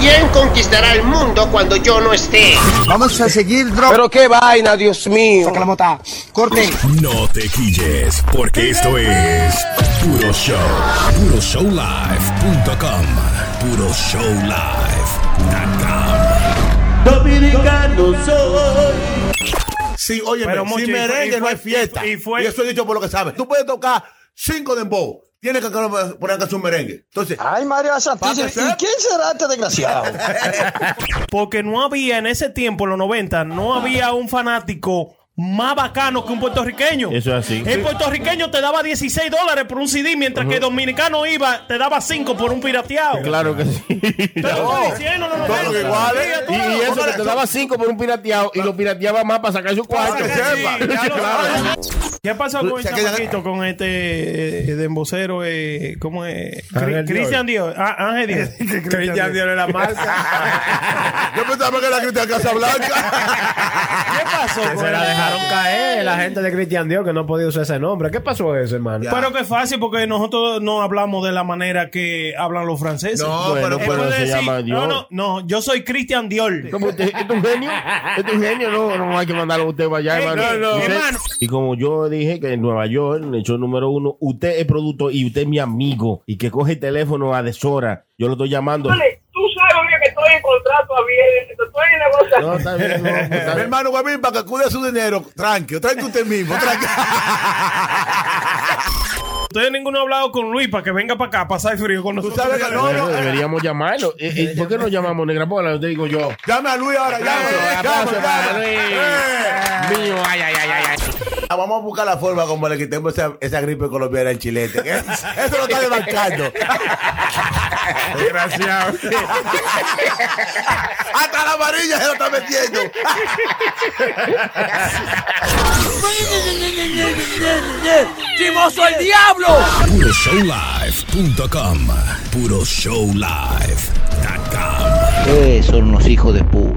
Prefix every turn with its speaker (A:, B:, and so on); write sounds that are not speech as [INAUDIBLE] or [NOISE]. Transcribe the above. A: ¿Quién conquistará el mundo cuando yo no esté?
B: Vamos a seguir, Drop.
C: Pero qué vaina, Dios mío.
B: Saca la mota. Corte.
D: No te quilles, porque esto es Puro Show. PuroShowLive.com. PuroShowLive.com.
E: Dominicano soy.
F: Sí, oye,
G: Pero, Mochi,
F: sin
G: y fue-
F: merengue no
G: y fue-
F: hay fiesta.
G: y
F: Y,
G: fue-
F: eso he dicho por lo que sabes. Tú puedes tocar cinco dembow. Tienes que poner que un merengue. Entonces,
E: Ah,
H: Ay, María
F: Santísima, ¿y quién
H: será este desgraciado?
G: Porque no había en ese tiempo, en los 90, no había un fanático más bacano que un puertorriqueño.
E: Eso es así.
G: El puertorriqueño te daba 16 dólares por un CD, mientras que el dominicano iba, te daba 5 por un pirateado.
E: Claro que sí.
G: Te lo estoy
F: No,
G: diciendo, no lo
F: todos
G: veo.
F: iguales.
G: Sí,
E: ¿eh? Y,
G: tú
E: y
G: lo-
E: eso que te daba cinco por un pirateado y lo pirateaba más para sacar su cuarto.
F: Ah. que sepa.
G: Sí, ya lo sabes. ¿Qué pasó
E: Pues,
G: con el
F: Se queda-
G: chamaquito, con este eh, de embocero? Eh, ¿Cómo es?
E: Ángel
G: Cri- Cristian Dios. Ah, Ángel Dios. Cristian Dios la marca.
F: yo pensaba que era Cristian Casablanca.
G: ¿Qué pasó con
I: Se la
G: él?
I: dejaron caer la gente de Cristian Dior que no podía usar ese nombre. ¿Qué pasó eso, hermano?
F: Ya.
G: Pero que fácil, porque nosotros no hablamos de la manera que hablan los franceses.
F: no,
E: Bueno,
F: pero,
G: Él
E: pero
G: puede
E: se
G: decir,
E: llama
G: no,
E: Dior.
G: no, no, yo soy Cristian Dior.
E: Como usted, ¿Este es un genio? ¿Este es un genio? No, no hay que mandarlo a usted para allá,
G: Ey,
E: hermano.
G: no, no.
E: Usted-
G: Hermano.
E: Y como yo dije que en Nueva York, en el show número uno, usted es producto y usted es mi amigo y que coge el teléfono a deshora. Yo lo estoy llamando.
J: Tú sabes bien que estoy en contrato abierto, estoy en negocio.
E: No, está bien, no, está
F: mi
E: bien.
F: hermano Guamín, para que cuide su dinero, tranquilo, tranque usted mismo,
E: [LAUGHS]
F: tranque.
G: Ustedes ninguno ha hablado con Luis para que venga para acá a pasar frío con
F: Tú
G: nosotros.
F: sabes que no,
E: Bueno,
F: no.
E: deberíamos llamarlo. Eh, eh, ¿Por qué no llamamos Negra Pola? Yo Te digo yo.
F: Llame a Luis ahora, llame,
E: aplauso
F: llame,
E: para
F: llame.
E: Luis.
F: Eh.
E: Mío, ay, ay, ay, ay, ay.
F: Ah, Vamos a buscar la forma como le quitemos esa, esa gripe colombiana al chilete. que [LAUGHS] Eso lo está desbancando.
E: Desgraciado.
F: Hasta la amarilla se lo está metiendo.
J: ¡Chimoso el diablo!
D: PuroShowLive.com. PuroShowLive.com.
H: son unos hijos de pu.